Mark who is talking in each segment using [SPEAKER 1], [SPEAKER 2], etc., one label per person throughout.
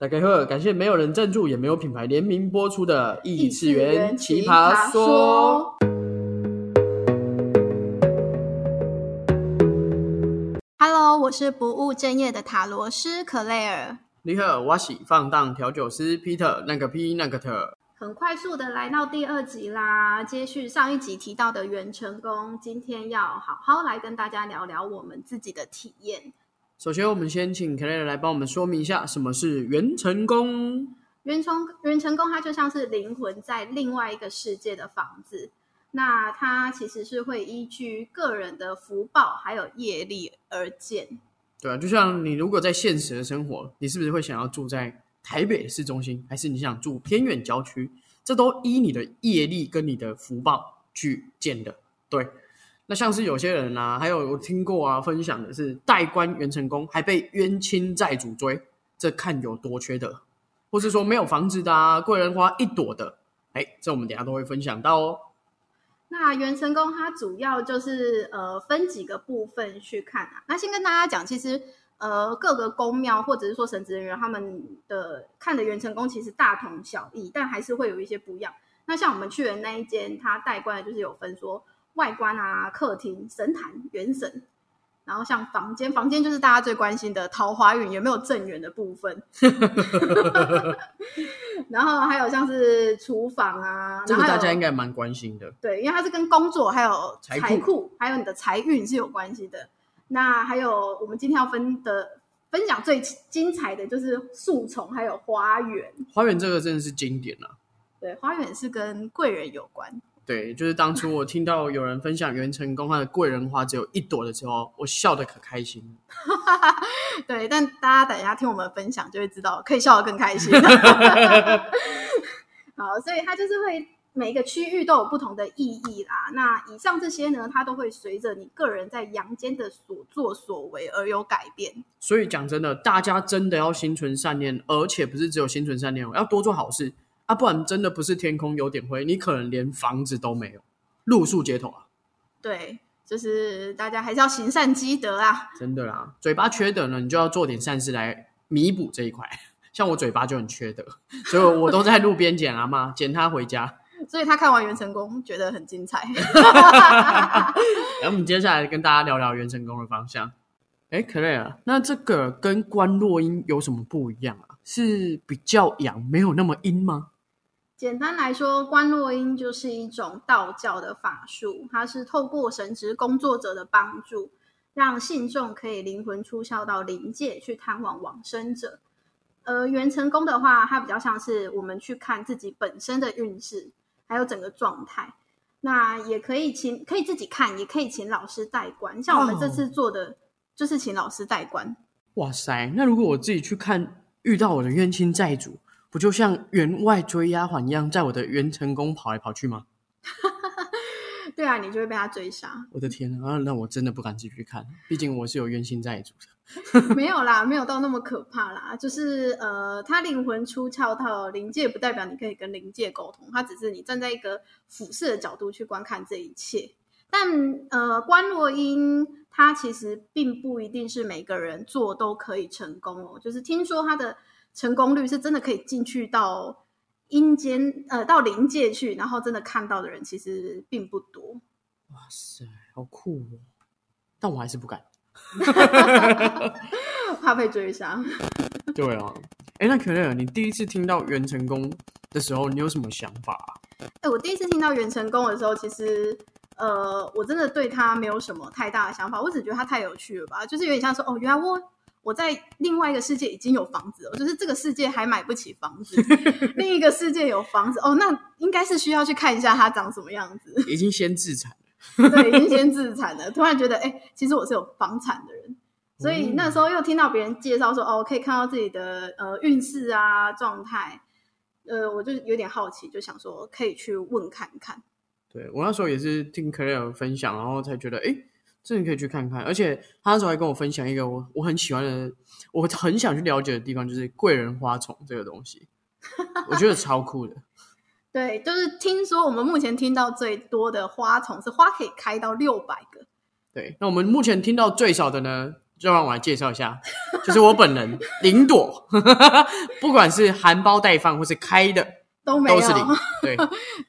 [SPEAKER 1] 大家好，感谢没有人赞助，也没有品牌联名播出的异次元奇葩
[SPEAKER 2] 葩
[SPEAKER 1] 说。，
[SPEAKER 2] Hello，我是不务正业的塔罗师可雷尔。
[SPEAKER 1] 你好，我喜放荡调酒师 Peter，那个 P 那个特。
[SPEAKER 2] 很快速的来到第二集啦，接续上一集提到的元成功，今天要好好来跟大家聊聊我们自己的体验。
[SPEAKER 1] 首先，我们先请 Clare 来帮我们说明一下什么是元成功。
[SPEAKER 2] 元成元成功，它就像是灵魂在另外一个世界的房子。那它其实是会依据个人的福报还有业力而建。
[SPEAKER 1] 对啊，就像你如果在现实的生活，你是不是会想要住在台北市中心，还是你想住偏远郊区？这都依你的业力跟你的福报去建的。对，那像是有些人啊，还有我听过啊，分享的是代官元成功，还被冤亲债主追，这看有多缺德，或是说没有房子的啊，贵人花一朵的，哎，这我们等一下都会分享到哦。
[SPEAKER 2] 那元成功它主要就是呃分几个部分去看啊。那先跟大家讲，其实呃各个宫庙或者是说神职人员他们的看的元成功其实大同小异，但还是会有一些不一样。那像我们去的那一间，它带观的就是有分说外观啊、客厅、神坛、元神，然后像房间，房间就是大家最关心的桃花运有没有正缘的部 分， 然后还有像是厨房啊，
[SPEAKER 1] 这个
[SPEAKER 2] 然后还
[SPEAKER 1] 大
[SPEAKER 2] 有
[SPEAKER 1] 家应该蛮关心的。
[SPEAKER 2] 对，因为它是跟工作还有
[SPEAKER 1] 财
[SPEAKER 2] 财
[SPEAKER 1] 库
[SPEAKER 2] 库，还有你的财运是有关系的。那还有我们今天要分的分享最精彩的就是树丛还有花园。
[SPEAKER 1] 花园这个真的是经典啊。
[SPEAKER 2] 对，花园是跟贵人有关。
[SPEAKER 1] 对，就是当初我听到有人分享袁成功他的贵人花只有一朵的时候，我笑得可开心了。
[SPEAKER 2] 对，但大家等一下听我们分享就会知道，可以笑得更开 心。好，所以它就是会每个区域都有不同的意义啦。那以上这些呢，它都会随着你个人在阳间的所作所为而有改变。
[SPEAKER 1] 所以讲真的，大家真的要心存善念，而且不是只有心存善念哦，要多做好事啊，不然真的不是天空有点灰，你可能连房子都没有，露宿街头啊，
[SPEAKER 2] 对，就是大家还是要行善积德啊。
[SPEAKER 1] 真的啦。嘴巴缺德呢，你就要做点善事来弥补这一块。 像我嘴巴就很缺德，所以我都在路边捡阿妈，捡她回家。
[SPEAKER 2] 所以他看完《元成功》觉得很精彩。
[SPEAKER 1] 然后我们接下来跟大家聊聊元成功的方向。哎，可瑞啊，那这个跟关落音有什么不一样啊？是比较阳，没有那么阴吗？
[SPEAKER 2] 简单来说，观落阴就是一种道教的法术，它是透过神职工作者的帮助，让信众可以灵魂出窍到灵界去探望往生者。而元成功的话，它比较像是我们去看自己本身的运势，还有整个状态。那也可以请，可以自己看，也可以请老师代观。像我们这次做的，就是请老师代观。
[SPEAKER 1] 哇塞，那如果我自己去看，遇到我的冤亲债主，不就像员外追丫鬟一样，在我的元成宫跑来跑去吗？
[SPEAKER 2] 对啊，你就会被他追杀。
[SPEAKER 1] 我的天啊，那我真的不敢自己去看，毕竟我是有冤亲债主的。
[SPEAKER 2] 没有啦，没有到那么可怕啦。就是呃，他灵魂出窍到灵界，不代表你可以跟灵界沟通，他只是你站在一个俯视的角度去观看这一切。但呃，观落音它其实并不一定是每个人做都可以成功哦。就是听说它的成功率是真的可以进去到阴间，呃，到灵界去，然后真的看到的人其实并不多。
[SPEAKER 1] 哇塞，好酷哦！但我还是不敢。
[SPEAKER 2] 怕被追杀。
[SPEAKER 1] 对啊，哎，那可乐，你第一次听到元成功的时候，你有什么想法啊、
[SPEAKER 2] 哎，我第一次听到袁成功的时候，其实呃，我真的对他没有什么太大的想法，我只觉得他太有趣了吧，就是有点像说，哦，原来我我在另外一个世界已经有房子了，就是这个世界还买不起房子，另一个世界有房子，哦，那应该是需要去看一下它长什么样子，
[SPEAKER 1] 已经先自残。
[SPEAKER 2] 对，已经先自产了，突然觉得，哎，其实我是有房产的人。所以那时候又听到别人介绍说，哦，可以看到自己的呃运势啊状态，呃，我就有点好奇，就想说可以去问看看。
[SPEAKER 1] 对我那时候也是听 Clare 分享，然后才觉得，哎，真的可以去看看。而且他那时候还跟我分享一个我我很喜欢的，我很想去了解的地方，就是贵人花丛这个东 西，我觉得超酷的。
[SPEAKER 2] 对，就是听说我们目前听到最多的花丛是花可以开到六百个，
[SPEAKER 1] 对，那我们目前听到最少的呢，就让我来介绍一下，就是我本 人零朵， 不管是含包待放或是开的，
[SPEAKER 2] 都没有，
[SPEAKER 1] 都 是零，对，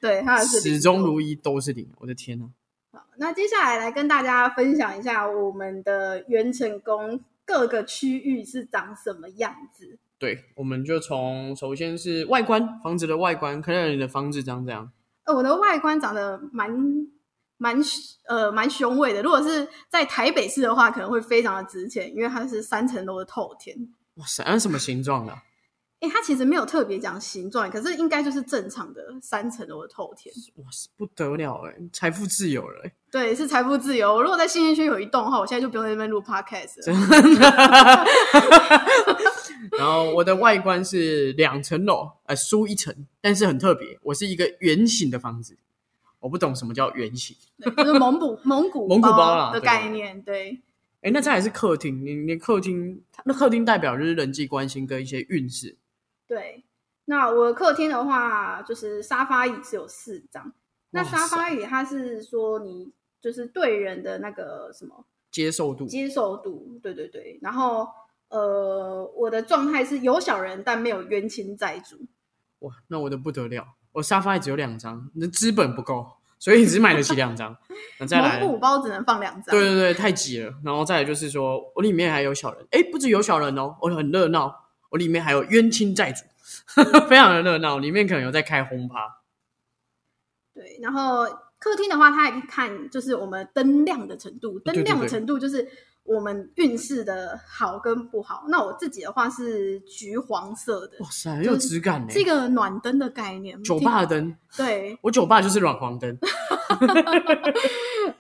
[SPEAKER 2] 对，它也是零
[SPEAKER 1] 始终如一都是零。我的天呐，
[SPEAKER 2] 好，那接下来来跟大家分享一下我们的元成功各个区域是长什么样子。
[SPEAKER 1] 对，我们就从首先是外观，房子的外观，可能你的房子长这样，
[SPEAKER 2] 呃，我的外观长得蛮蛮呃蛮雄伟的，如果是在台北市的话，可能会非常的值钱，因为它是三层楼的透天。
[SPEAKER 1] 哇塞，那是什么形状的啊、
[SPEAKER 2] 诶，它其实没有特别讲形状，可是应该就是正常的三层楼的透天。
[SPEAKER 1] 哇塞，不得了哎、财富自由了、欸，
[SPEAKER 2] 对，是财富自由。我如果在信义区有一栋的话，我现在就不用在那边录 podcast 了。
[SPEAKER 1] 然后我的外观是两层楼，呃，输一层，但是很特别，我是一个圆形的房子，我不懂什么叫圆形。
[SPEAKER 2] 对就是蒙 古蒙古
[SPEAKER 1] 蒙古包啦
[SPEAKER 2] 的
[SPEAKER 1] 对
[SPEAKER 2] 概念，对
[SPEAKER 1] 哎，那再来是客厅，你你客厅，它那客厅代表就是人际关系跟一些运势。
[SPEAKER 2] 对。那我的客厅的话，就是沙发椅是有四张，那
[SPEAKER 1] 哇
[SPEAKER 2] 沙发
[SPEAKER 1] 塞
[SPEAKER 2] 椅它是说你就是对人的那个什么
[SPEAKER 1] 接受度，
[SPEAKER 2] 接受度，对对对。然后呃，我的状态是有小人，但没有冤亲债主。
[SPEAKER 1] 哇，那我的不得了，我沙发也只有两张，那资本不够，所以只买得起两张。那再来，
[SPEAKER 2] 蒙古包只能放两张，
[SPEAKER 1] 对对对，太挤了。然后再来就是说，我里面还有小人，哎，不止有小人哦，我很热闹，我里面还有冤亲债主， 非常的热闹，里面可能有在开轰趴。
[SPEAKER 2] 对，然后客厅的话，它也可以看就是我们灯亮的程度，
[SPEAKER 1] 对对
[SPEAKER 2] 灯亮的
[SPEAKER 1] 对
[SPEAKER 2] 程度就是我们运势的好跟不好。那我自己的话是橘黄色的，
[SPEAKER 1] 哇塞，很有质感呢。
[SPEAKER 2] 是一个暖灯的概念。
[SPEAKER 1] 酒吧的灯，
[SPEAKER 2] 听对，
[SPEAKER 1] 我酒吧就是软黄灯，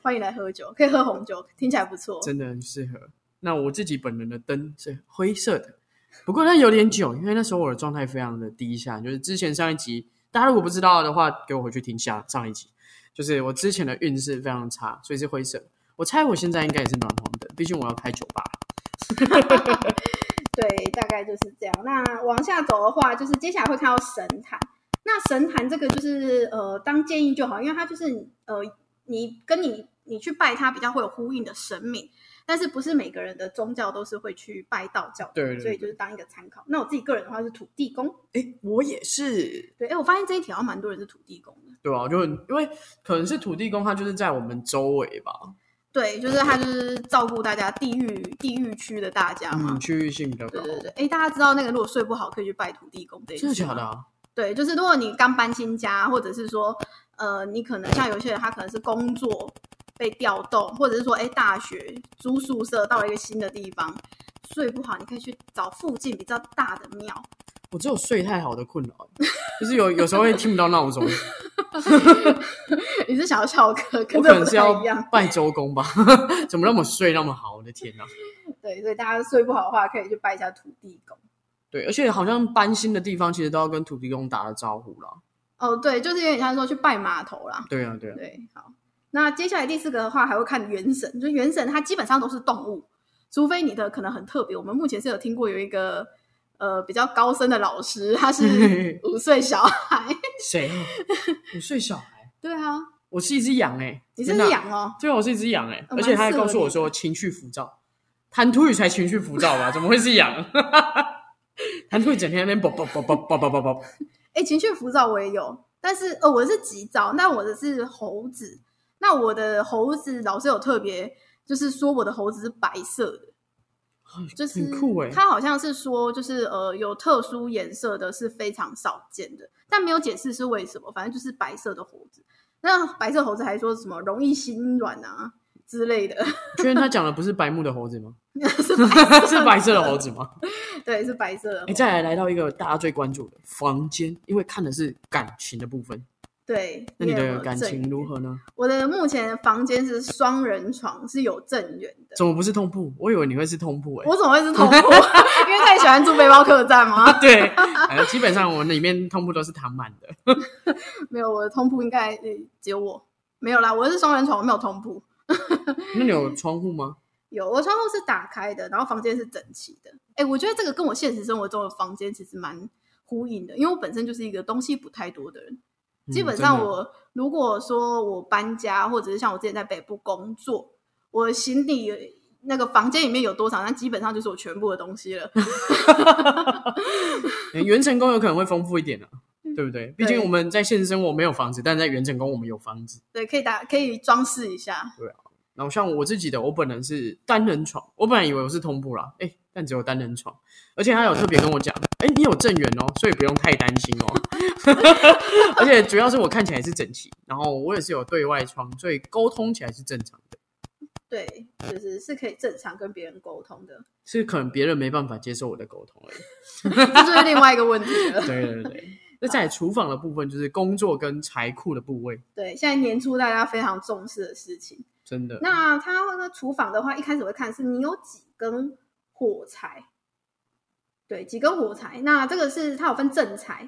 [SPEAKER 2] 欢迎来喝酒，可以喝红酒，听起来不错。
[SPEAKER 1] 真的很适合。那我自己本人的灯是灰色的，不过那有点久，因为那时候我的状态非常的低下，就是之前上一集大家如果不知道的话，给我回去听下上一集，就是我之前的运势非常差，所以是灰色。我猜我现在应该也是暖黄灯，毕竟我要开酒吧。
[SPEAKER 2] 对，大概就是这样。那往下走的话，就是接下来会看到神坛。那神坛这个就是呃，当建议就好，因为它就是呃，你跟你你去拜它比较会有呼应的神明，但是不是每个人的宗教都是会去拜道教的，
[SPEAKER 1] 对对对
[SPEAKER 2] 所以就是当一个参考。那我自己个人的话是土地公，
[SPEAKER 1] 哎，我也是，
[SPEAKER 2] 对，哎，我发现这一题好像蛮多人是土地公的，
[SPEAKER 1] 对啊，我就很因为可能是土地公，他就是在我们周围吧，
[SPEAKER 2] 对，就是他就是照顾大家地域地域区的大家嘛。
[SPEAKER 1] 嗯，区域性比较高
[SPEAKER 2] 对。对对，哎，大家知道那个如果睡不好可以去拜土地公这一
[SPEAKER 1] 真的
[SPEAKER 2] 次吗
[SPEAKER 1] 假的啊？
[SPEAKER 2] 对，就是如果你刚搬新家，或者是说，呃，你可能像有些人他可能是工作被调动，或者是说，哎，大学租宿舍到了一个新的地方，睡不好，你可以去找附近比较大的庙。
[SPEAKER 1] 我只有睡太好的困扰，就是有有时候会听不到闹 钟，
[SPEAKER 2] 你是想要翘课，
[SPEAKER 1] 我
[SPEAKER 2] 跟
[SPEAKER 1] 可
[SPEAKER 2] 这不
[SPEAKER 1] 能是
[SPEAKER 2] 太
[SPEAKER 1] 要
[SPEAKER 2] 一样。
[SPEAKER 1] 拜周公吧？ 怎么那么睡那么好？我的天哪、
[SPEAKER 2] 对，所以大家睡不好的话，可以去拜一下土地公。
[SPEAKER 1] 对，而且好像搬新的地方其实都要跟土地公打了招呼啦。
[SPEAKER 2] 哦，对，就是有点像说去拜码头啦。
[SPEAKER 1] 对啊，对啊，
[SPEAKER 2] 对，好。那接下来第四个的话，还会看元神，就是元神它基本上都是动物，除非你的可能很特别。我们目前是有听过有一个呃比较高深的老师，他是五岁小孩。
[SPEAKER 1] 谁啊？五岁小孩，
[SPEAKER 2] 对啊，
[SPEAKER 1] 我是一只羊哎、
[SPEAKER 2] 你是
[SPEAKER 1] 天哪
[SPEAKER 2] 养哦，
[SPEAKER 1] 对啊，我是一只羊哎、
[SPEAKER 2] 哦
[SPEAKER 1] 而且他还
[SPEAKER 2] 蛮适合
[SPEAKER 1] 告诉我
[SPEAKER 2] 你
[SPEAKER 1] 说情绪浮躁，谈吐语才情绪浮躁吧？怎么会是羊？ 谈吐语整天在那边啵啵啵啵啵啵啵啵，
[SPEAKER 2] 哎，情绪浮躁我也有，但是呃我是急躁，那我的是猴子，那我的猴子老师有特别就是说我的猴子是白色的。就是
[SPEAKER 1] 啊很酷哎、
[SPEAKER 2] 它好像是说，就是呃，有特殊颜色的是非常少见的，但没有解释是为什么。反正就是白色的猴子，那白色猴子还说什么容易心软啊之类的，
[SPEAKER 1] 确认他讲的不是白目的猴子吗？
[SPEAKER 2] 是白
[SPEAKER 1] 是白色的猴子吗？
[SPEAKER 2] 对，是白色的猴
[SPEAKER 1] 哎、
[SPEAKER 2] 子。
[SPEAKER 1] 再来来到一个大家最关注的房间，因为看的是感情的部分。
[SPEAKER 2] 对，
[SPEAKER 1] 那你
[SPEAKER 2] 也有
[SPEAKER 1] 的感
[SPEAKER 2] 正
[SPEAKER 1] 情
[SPEAKER 2] 缘
[SPEAKER 1] 如？何呢？
[SPEAKER 2] 我的目前房间是双人床，是有正缘的。
[SPEAKER 1] 怎么不是通铺？我以为你会是通铺哎、
[SPEAKER 2] 我怎么会是 同铺？因为太喜欢住背包客栈吗？
[SPEAKER 1] 对，哎基本上我们里面通铺都是躺满的。
[SPEAKER 2] 没有，我的通铺应该、呃只有我。没有啦，我是双人床，我没有通铺。
[SPEAKER 1] 那你有窗户吗？
[SPEAKER 2] 有，我窗户是打开的，然后房间是整齐的。哎，我觉得这个跟我现实生活中的房间其实蛮呼应的，因为我本身就是一个东西不太多的人。基
[SPEAKER 1] 嗯
[SPEAKER 2] 本
[SPEAKER 1] 真
[SPEAKER 2] 上
[SPEAKER 1] 的
[SPEAKER 2] 我如果说我搬家，或者是像我之前在北部工作，我行李那个房间里面有多少，那基本上就是我全部的东 西了。
[SPEAKER 1] 诶元成功有可能会丰富一点啊，对不对？毕竟我们在现实生活没有房子，但在元成功我们有房子。
[SPEAKER 2] 对，可以打，可以装饰一下。
[SPEAKER 1] 然后像我自己的，我本人是单人床，我本来以为我是通铺啦，哎，但只有单人床，而且他有特别跟我讲，哎，你有正缘哦，所以不用太担心哦。 而且主要是我看起来是整齐，然后我也是有对外窗，所以沟通起来是正常的，
[SPEAKER 2] 对，就是是可以正常跟别人沟通的，
[SPEAKER 1] 是可能别人没办法接受我的沟通而已。
[SPEAKER 2] 这就是另外一个问题了。
[SPEAKER 1] 对对对对。 那在厨房的部分，就是工作跟财库的部位，
[SPEAKER 2] 对，现在年初大家非常重视的事情。
[SPEAKER 1] 真的
[SPEAKER 2] 那它那个厨房的话，一开始会看是你有几根火柴，对，几根火柴。那这个是它有分正财，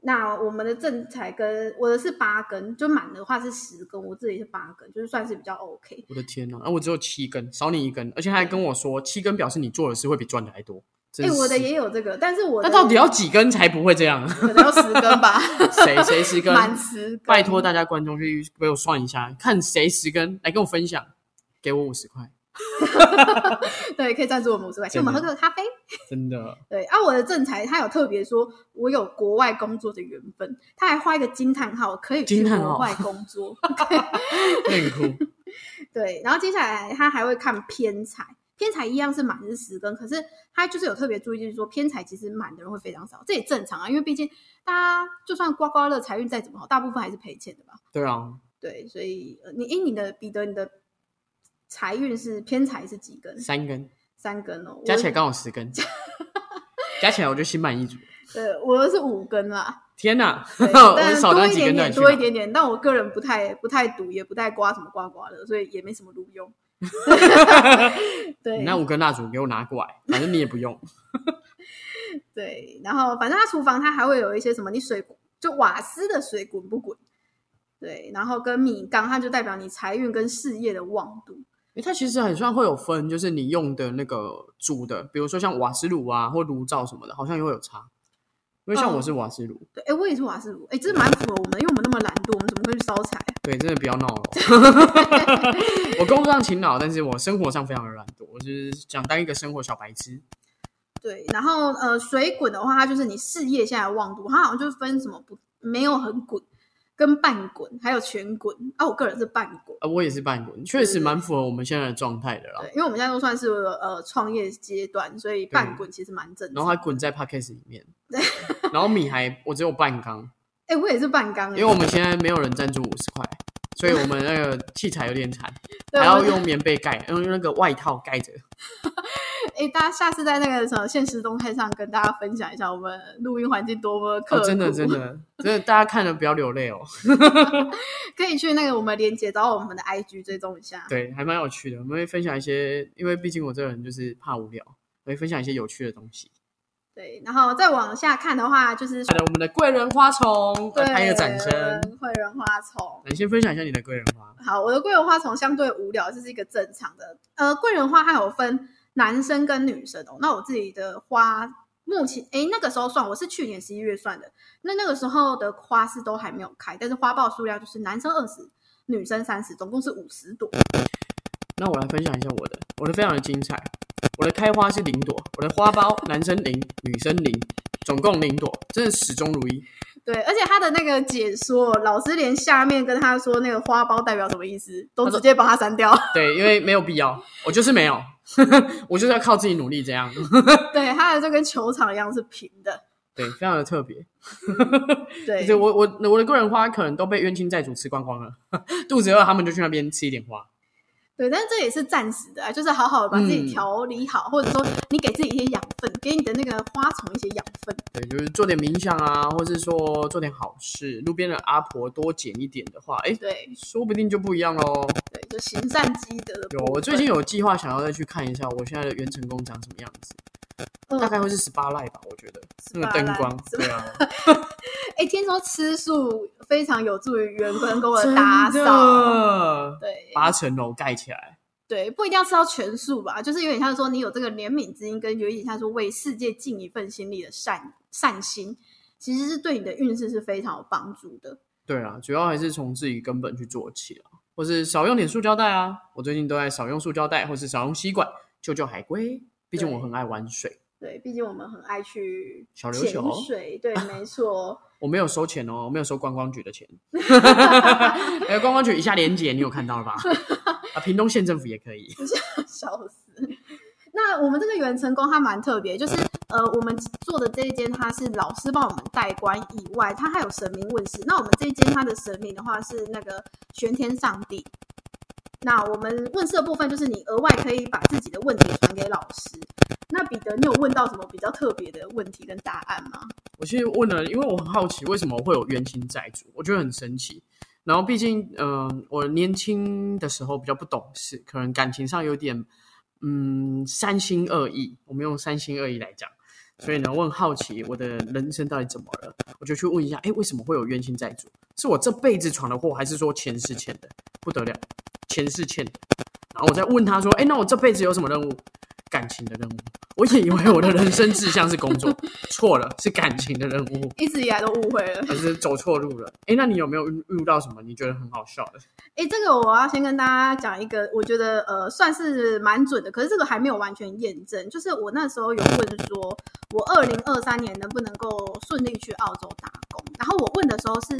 [SPEAKER 2] 那我们的正财跟我的是八根，就满的话是十根，我自己是八根，就是算是比较 OK。
[SPEAKER 1] 我的天呐、啊，我只有七根，少你一根，而且他还跟我说，七根表示你做的事会比赚的还多。
[SPEAKER 2] 哎、
[SPEAKER 1] 真是
[SPEAKER 2] 我的也有这个，但是我的
[SPEAKER 1] 那到底要几根才不会这样？
[SPEAKER 2] 可能要十根吧，
[SPEAKER 1] 谁谁十根？
[SPEAKER 2] 满十根。
[SPEAKER 1] 拜托大家观众去给我算一下，看谁十根，来跟我分享，给我五十块，
[SPEAKER 2] 对，可以赞助我们五十块，请我
[SPEAKER 1] 真的
[SPEAKER 2] 们喝个咖啡。
[SPEAKER 1] 真的
[SPEAKER 2] 对啊，我的正财他有特别说，我有国外工作的缘分，他还画一个惊叹号，可以去
[SPEAKER 1] 惊叹
[SPEAKER 2] 国
[SPEAKER 1] 号
[SPEAKER 2] 外工作。
[SPEAKER 1] 很酷。
[SPEAKER 2] 对，然后接下来他还会看偏财，偏财一样是满是十根，可是他就是有特别注意，就是说偏财其实满的人会非常少，这也正常啊，因为毕竟大家就算刮刮乐财运再怎么好，大部分还是赔钱的吧。
[SPEAKER 1] 对啊，
[SPEAKER 2] 对，所以呃你诶，你的彼得，你的财运是偏财是几根？
[SPEAKER 1] 三根
[SPEAKER 2] 三根哦，我
[SPEAKER 1] 加起来刚好十根，加起来我就心满意足。
[SPEAKER 2] 对，我的是五根啦。
[SPEAKER 1] 天呐、
[SPEAKER 2] 对
[SPEAKER 1] 我
[SPEAKER 2] 但
[SPEAKER 1] 少
[SPEAKER 2] 多
[SPEAKER 1] 那
[SPEAKER 2] 一
[SPEAKER 1] 几
[SPEAKER 2] 点
[SPEAKER 1] 根到
[SPEAKER 2] 点，
[SPEAKER 1] 底去
[SPEAKER 2] 多一
[SPEAKER 1] 哪？
[SPEAKER 2] 点点。但我个人不太不太赌，也不太刮什么刮刮乐，所以也没什么路 用。对，
[SPEAKER 1] 你那五根蜡烛给我拿过来，反正你也不用。
[SPEAKER 2] 对，然后反正它厨房它还会有一些什么，你水就瓦斯的水滚不滚？对，然后跟米缸，它就代表你财运跟事业的旺度。
[SPEAKER 1] 诶它其实很像会有分，就是你用的那个煮的，比如说像瓦斯炉啊或炉灶什么的，好像也会有差。因为像我是瓦斯炉，
[SPEAKER 2] 对，哎，我也是瓦斯炉，哎，这蛮符合我们，因为我们那么懒惰，我们怎么会去烧柴？
[SPEAKER 1] 对，真的不要闹了。 我工作上勤劳，但是我生活上非常的懒惰，我就是想当一个生活小白痴。
[SPEAKER 2] 对，然后呃，水滚的话，它就是你事业现在的旺度，它好像就分什么不没有很滚、跟半滚，还有全滚。啊，我个人是半滚。
[SPEAKER 1] 啊，我也是半滚，确实蛮符合我们现在的状态的啦
[SPEAKER 2] 对。，因为我们现在都算是呃创业阶段，所以半滚其实蛮正
[SPEAKER 1] 嗯然
[SPEAKER 2] 常
[SPEAKER 1] 后
[SPEAKER 2] 的。
[SPEAKER 1] 还滚在 podcast 里面，然后米还我只有半缸，
[SPEAKER 2] 哎、我也是半缸、欸，
[SPEAKER 1] 因为我们现在没有人赞助五十块，所以我们那个器材有点惨，
[SPEAKER 2] 对
[SPEAKER 1] 还
[SPEAKER 2] 我
[SPEAKER 1] 要
[SPEAKER 2] 们
[SPEAKER 1] 用棉被盖，用那个外套盖着。
[SPEAKER 2] 哎、大家下次在那个什么现实动态上跟大家分享一下我们录音环境多么刻
[SPEAKER 1] 哦，
[SPEAKER 2] 苦，
[SPEAKER 1] 真的真 的真的，大家看了不要流泪哦。
[SPEAKER 2] 可以去那个我们连接找我们的 IG 追踪一下。
[SPEAKER 1] 对，还蛮有趣的，我们会分享一些，因为毕竟我这个人就是怕无聊，我会分享一些有趣的东西。
[SPEAKER 2] 对，然后再往下看的话，就是
[SPEAKER 1] 好的，我们的贵人花丛，来
[SPEAKER 2] 对
[SPEAKER 1] 拍一个掌声。
[SPEAKER 2] 贵人花丛。
[SPEAKER 1] 你先分享一下你的贵人花，
[SPEAKER 2] 好，我的贵人花丛相对无聊，这是一个正常的。呃，贵人花还有分男生跟女生哦。那我自己的花，目前诶那个时候算，我是去年十一月算的。那那个时候的花是都还没有开，但是花豹数量就是男生二十，女生三十，总共是五十朵。
[SPEAKER 1] 那我来分享一下我的，我的非常的精彩。我的开花是零朵，我的花苞男生零，女生零，总共零朵，真的始终如一。
[SPEAKER 2] 对，而且他的那个解说，老师连下面跟他说那个花苞代表什么意思，都直接帮他删掉。
[SPEAKER 1] 对，因为没有必要，我就是没有， 我就是要靠自己努力，这样。
[SPEAKER 2] 对，他的就跟球场一样是平的。
[SPEAKER 1] 对，非常的特别。
[SPEAKER 2] 对，
[SPEAKER 1] 就我我我的贵人花可能都被冤亲债主吃光光了，肚子饿他们就去那边吃一点花。
[SPEAKER 2] 对，但是这也是暂时的啊，就是好好地把自
[SPEAKER 1] 嗯
[SPEAKER 2] 己调理好，或者说你给自己一些养分，给你的那个花丛一些养分。
[SPEAKER 1] 对，就是做点冥想啊，或是说做点好事，路边的阿婆多捡一点的话，哎，
[SPEAKER 2] 对
[SPEAKER 1] 说不定就不一样喽。
[SPEAKER 2] 对，就行善积德的部
[SPEAKER 1] 有，
[SPEAKER 2] 分。
[SPEAKER 1] 我最近有计划想要再去看一下我现在的元成功长什么样子，
[SPEAKER 2] 嗯
[SPEAKER 1] 大概会是十八赖吧，我觉得那个
[SPEAKER 2] Spa
[SPEAKER 1] 灯
[SPEAKER 2] Light，
[SPEAKER 1] 光，
[SPEAKER 2] Spa
[SPEAKER 1] 对啊，
[SPEAKER 2] 哎，听说吃素非常有助于员工跟我
[SPEAKER 1] 真
[SPEAKER 2] 打扫。
[SPEAKER 1] 的
[SPEAKER 2] 对
[SPEAKER 1] 八层楼盖起来，
[SPEAKER 2] 对，不一定要吃到全素吧，就是有点像说你有这个怜悯之心，跟有点像说为世界尽一份心力的善善心，其实是对你的运势是非常有帮助的。
[SPEAKER 1] 对啊，主要还是从自己根本去做起啊。或是少用点塑胶袋啊。我最近都在少用塑胶袋，或是少用吸管，救救海龟。毕竟我很爱玩水，
[SPEAKER 2] 对，毕竟我们很爱去
[SPEAKER 1] 小琉
[SPEAKER 2] 潜
[SPEAKER 1] 球
[SPEAKER 2] 水，对，没错，
[SPEAKER 1] 我没有收钱哦，我没有收观光局的钱。 呃，观光局以下连结你有看到了吧？啊，屏东县政府也可以。
[SPEAKER 2] 笑死。那我们这个元成功它蛮特别，就是呃，我们做的这一间它是老师帮我们代观以外，它还有神明问世。那我们这一间它的神明的话是那个玄天上帝。那我们问世的部分就是你额外可以把自己的问题传给老师。那彼得，你有问到什么比较特别的问题跟答案吗？
[SPEAKER 1] 我其实问了，因为我很好奇为什么会有冤亲债主，我觉得很神奇。然后毕竟，嗯、我年轻的时候比较不懂事，可能感情上有点，嗯，三心二意。我们用三心二意来讲，所以呢，我很好奇我的人生到底怎么了，我就去问一下，哎，为什么会有冤亲债主？是我这辈子闯的祸，还是说前世欠的？不得了，前世欠的。然后我再问他说，哎，那我这辈子有什么任务？感情的任务。我也以为我的人生志向是工作，错了，是感情的任务。
[SPEAKER 2] 一直以来都误会了。
[SPEAKER 1] 还是走错路了。哎，那你有没有遇遇到什么你觉得很好笑的？
[SPEAKER 2] 哎，这个我要先跟大家讲一个，我觉得呃算是蛮准的，可是这个还没有完全验证。就是我那时候有问说，我二零二三年能不能够顺利去澳洲打工？然后我问的时候是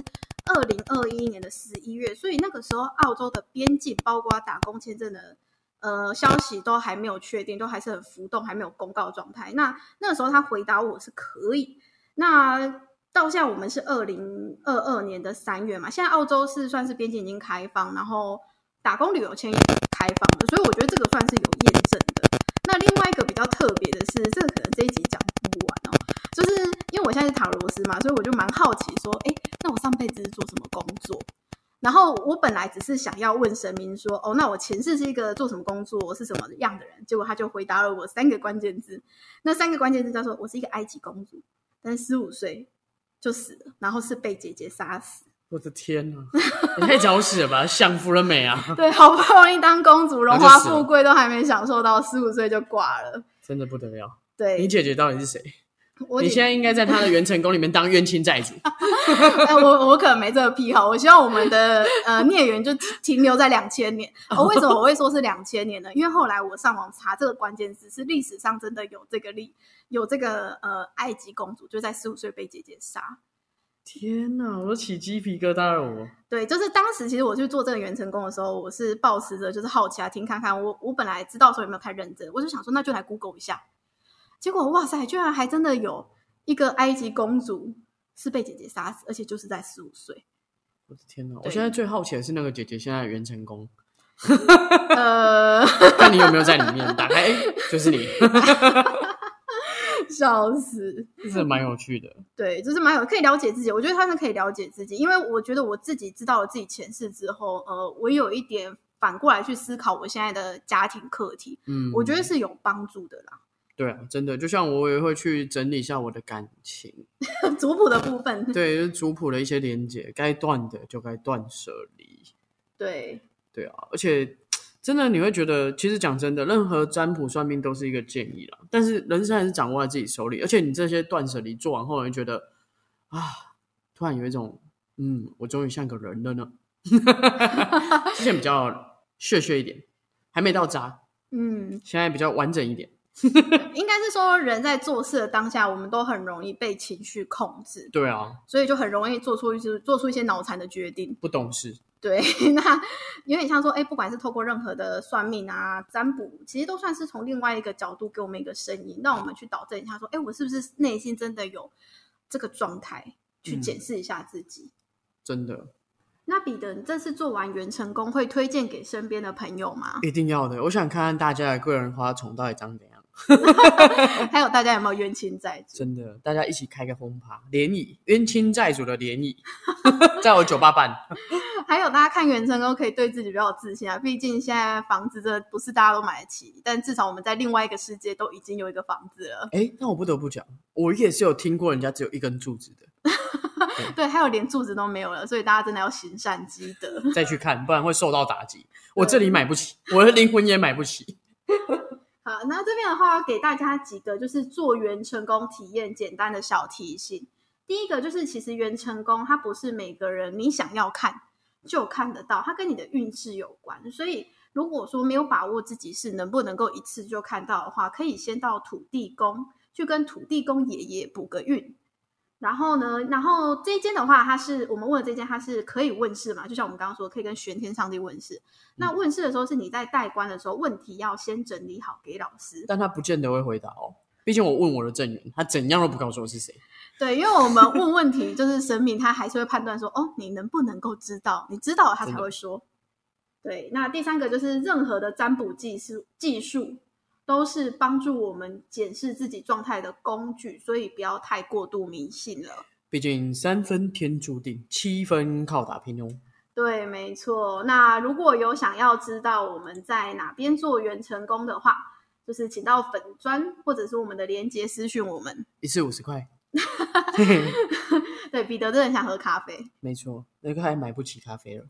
[SPEAKER 2] 二零二一年的十一月，所以那个时候澳洲的边境包括打工签证的呃消息都还没有确定，都还是很浮动，还没有公告状态。那那时候他回答我是可以，那到现在我们是二零二二年的三月嘛，现在澳洲是算是边境已经开放，然后打工旅游签也开放了，所以我觉得这个算是有验证的。那另外一个比较特别的是，这个可能这一集讲不完哦，就是因为我现在是塔罗斯嘛，所以我就蛮好奇说，哎，那我上辈子是做什么工作？然后我本来只是想要问神明说，哦，那我前世是一个做什么工作，我是什么样的人？结果他就回答了我三个关键字，那三个关键字叫做我是一个埃及公主，但十五岁就死了，然后是被姐姐杀死。
[SPEAKER 1] 我的天哪， 你太早死了吧！享福了没啊？
[SPEAKER 2] 对，好不容易当公主，荣
[SPEAKER 1] 然后就
[SPEAKER 2] 华
[SPEAKER 1] 死了
[SPEAKER 2] 富贵都还没享受到，十五岁就挂了。
[SPEAKER 1] 真的不得了。你
[SPEAKER 2] 对，
[SPEAKER 1] 姐姐到底是谁？
[SPEAKER 2] 我
[SPEAKER 1] 你
[SPEAKER 2] 得
[SPEAKER 1] 现在应该在她的元成功里面当冤亲债主。
[SPEAKER 2] 哎，我我可能没这个癖好，我希望我们的呃孽缘就停留在两 千年。哦，为什么我会说是两千年呢？因为后来我上网查这个关键字，是历史上真的有这个例，有这个呃埃及公主就在十五岁被姐姐杀。
[SPEAKER 1] 天哪，我都起鸡皮疙瘩了我。
[SPEAKER 2] 对，就是当时其实我去做这个元成功的时候，我是抱持着就是好奇啊，听看看。我我本来知道说有没有太认真，我就想说那就来 Google 一下。结果哇塞，居然还真的有一个埃及公主是被姐姐杀死，而且就是在十五岁。
[SPEAKER 1] 我的天哪！
[SPEAKER 2] 对
[SPEAKER 1] 我现在最好奇的是那个姐姐现在的元成 功，
[SPEAKER 2] 呃，
[SPEAKER 1] 看你有没有在里面。打开，哎，就是 你，
[SPEAKER 2] 笑死。
[SPEAKER 1] 真的蛮有趣的。
[SPEAKER 2] 对，就是蛮有可以了解自己。我觉得他是可以了解自己，因为我觉得我自己知道了自己前世之后，呃，我有一点反过来去思考我现在的家庭课题，
[SPEAKER 1] 嗯，
[SPEAKER 2] 我觉得是有帮助的啦。
[SPEAKER 1] 对啊，真的，就像我也会去整理一下我的感情，
[SPEAKER 2] 族谱的部分，
[SPEAKER 1] 对，就是族谱的一些连接，该断的就该断舍离。
[SPEAKER 2] 对
[SPEAKER 1] 对啊，而且真的你会觉得，其实讲真的，任何占卜算命都是一个建议啦，但是人生还是掌握在自己手里。而且你这些断舍离做完后，你会觉得啊，突然有一种嗯，我终于像个人了呢。 之前比较血血一点，还没到渣，
[SPEAKER 2] 嗯，
[SPEAKER 1] 现在比较完整一点。
[SPEAKER 2] 应该是说人在做事的当下，我们都很容易被情绪控制，
[SPEAKER 1] 对啊，
[SPEAKER 2] 所以就很容易做出一些做出一些脑残的决定。
[SPEAKER 1] 不懂事，
[SPEAKER 2] 对， 那有点像说，哎，不管是透过任何的算命啊、占卜，其实都算是从另外一个角度给我们一个声音，让我们去导正一下，说，哎，我是不是内心真的有这个状态，去
[SPEAKER 1] 嗯
[SPEAKER 2] 检视一下自己。
[SPEAKER 1] 真的
[SPEAKER 2] 那彼得，你这次做完元成功，会推荐给身边的朋友吗？
[SPEAKER 1] 一定要的。我想看看大家的贵人花丛到底长怎样。
[SPEAKER 2] 还有大家有没有冤亲债主？
[SPEAKER 1] 真的，大家一起开个轰趴联谊，冤亲债主的联 谊，在我酒吧办。
[SPEAKER 2] 还有大家看元成功可以对自己比较有自信啊，毕竟现在房子真的不是大家都买得起，但至少我们在另外一个世界都已经有一个房子了。
[SPEAKER 1] 哎，那我不得不讲，我也是有听过人家只有一根柱子 的，
[SPEAKER 2] 对，还有连柱子都没有了，所以大家真的要行善积德。
[SPEAKER 1] 再去看，不然会受到打击。我这里买不起，我的灵魂也买不起。
[SPEAKER 2] 好，那这边的话，给大家几个就是做元成功体验简单的小提醒。第一个就是，其实元成功它不是每个人你想要看，就看得到，它跟你的运势有关。所以如果说没有把握自己是能不能够一次就看到的话，可以先到土地公去跟土地公爷爷补个运。然后呢，然后这一间的话，它是我们问的这间，它是可以问世嘛？就像我们刚刚说，可以跟玄天上帝问世。那问世的时候，是你在代官的时候，问题要先整理好给老师。
[SPEAKER 1] 但他不见得会回答哦。毕竟我问我的正缘，他怎样都不告诉我是谁。
[SPEAKER 2] 对，因为我们问问题，就是神明他还是会判断说，哦，你能不能够知道？你知道了他才会说。对，那第三个就是任何的占卜技术技术都是帮助我们检视自己状态的工具，所以不要太过度迷信了。
[SPEAKER 1] 毕竟三分天注定，七分靠打拼哦。
[SPEAKER 2] 对，没错。那如果有想要知道我们在哪边做圆成功的话，就是请到粉砖或者是我们的连接私讯我们。
[SPEAKER 1] 一次五十块，
[SPEAKER 2] 对，彼得真的很想喝咖啡。
[SPEAKER 1] 没错，那个还买不起咖啡了。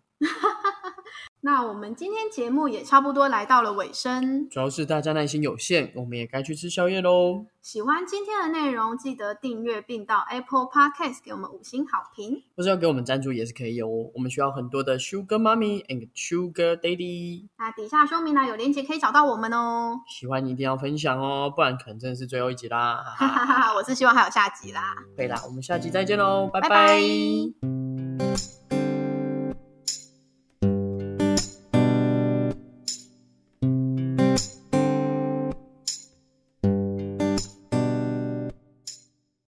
[SPEAKER 2] 那我们今天节目也差不多来到了尾声，
[SPEAKER 1] 主要是大家耐心有限，我们也该去吃宵夜喽。
[SPEAKER 2] 喜欢今天的内容，记得订阅并到 Apple Podcast 给我们五星好评。
[SPEAKER 1] 或是要给我们赞助也是可以哦，我们需要很多的 Sugar Mommy and Sugar Daddy。
[SPEAKER 2] 那底下说明栏有链接可以找到我们哦。
[SPEAKER 1] 喜欢一定要分享哦，不然可能真的是最后一集啦。哈
[SPEAKER 2] 哈
[SPEAKER 1] 哈
[SPEAKER 2] 哈哈哈，我是希望还有下集啦，
[SPEAKER 1] 对啦，我们下期再见喽，拜
[SPEAKER 2] 拜
[SPEAKER 1] 拜
[SPEAKER 2] 拜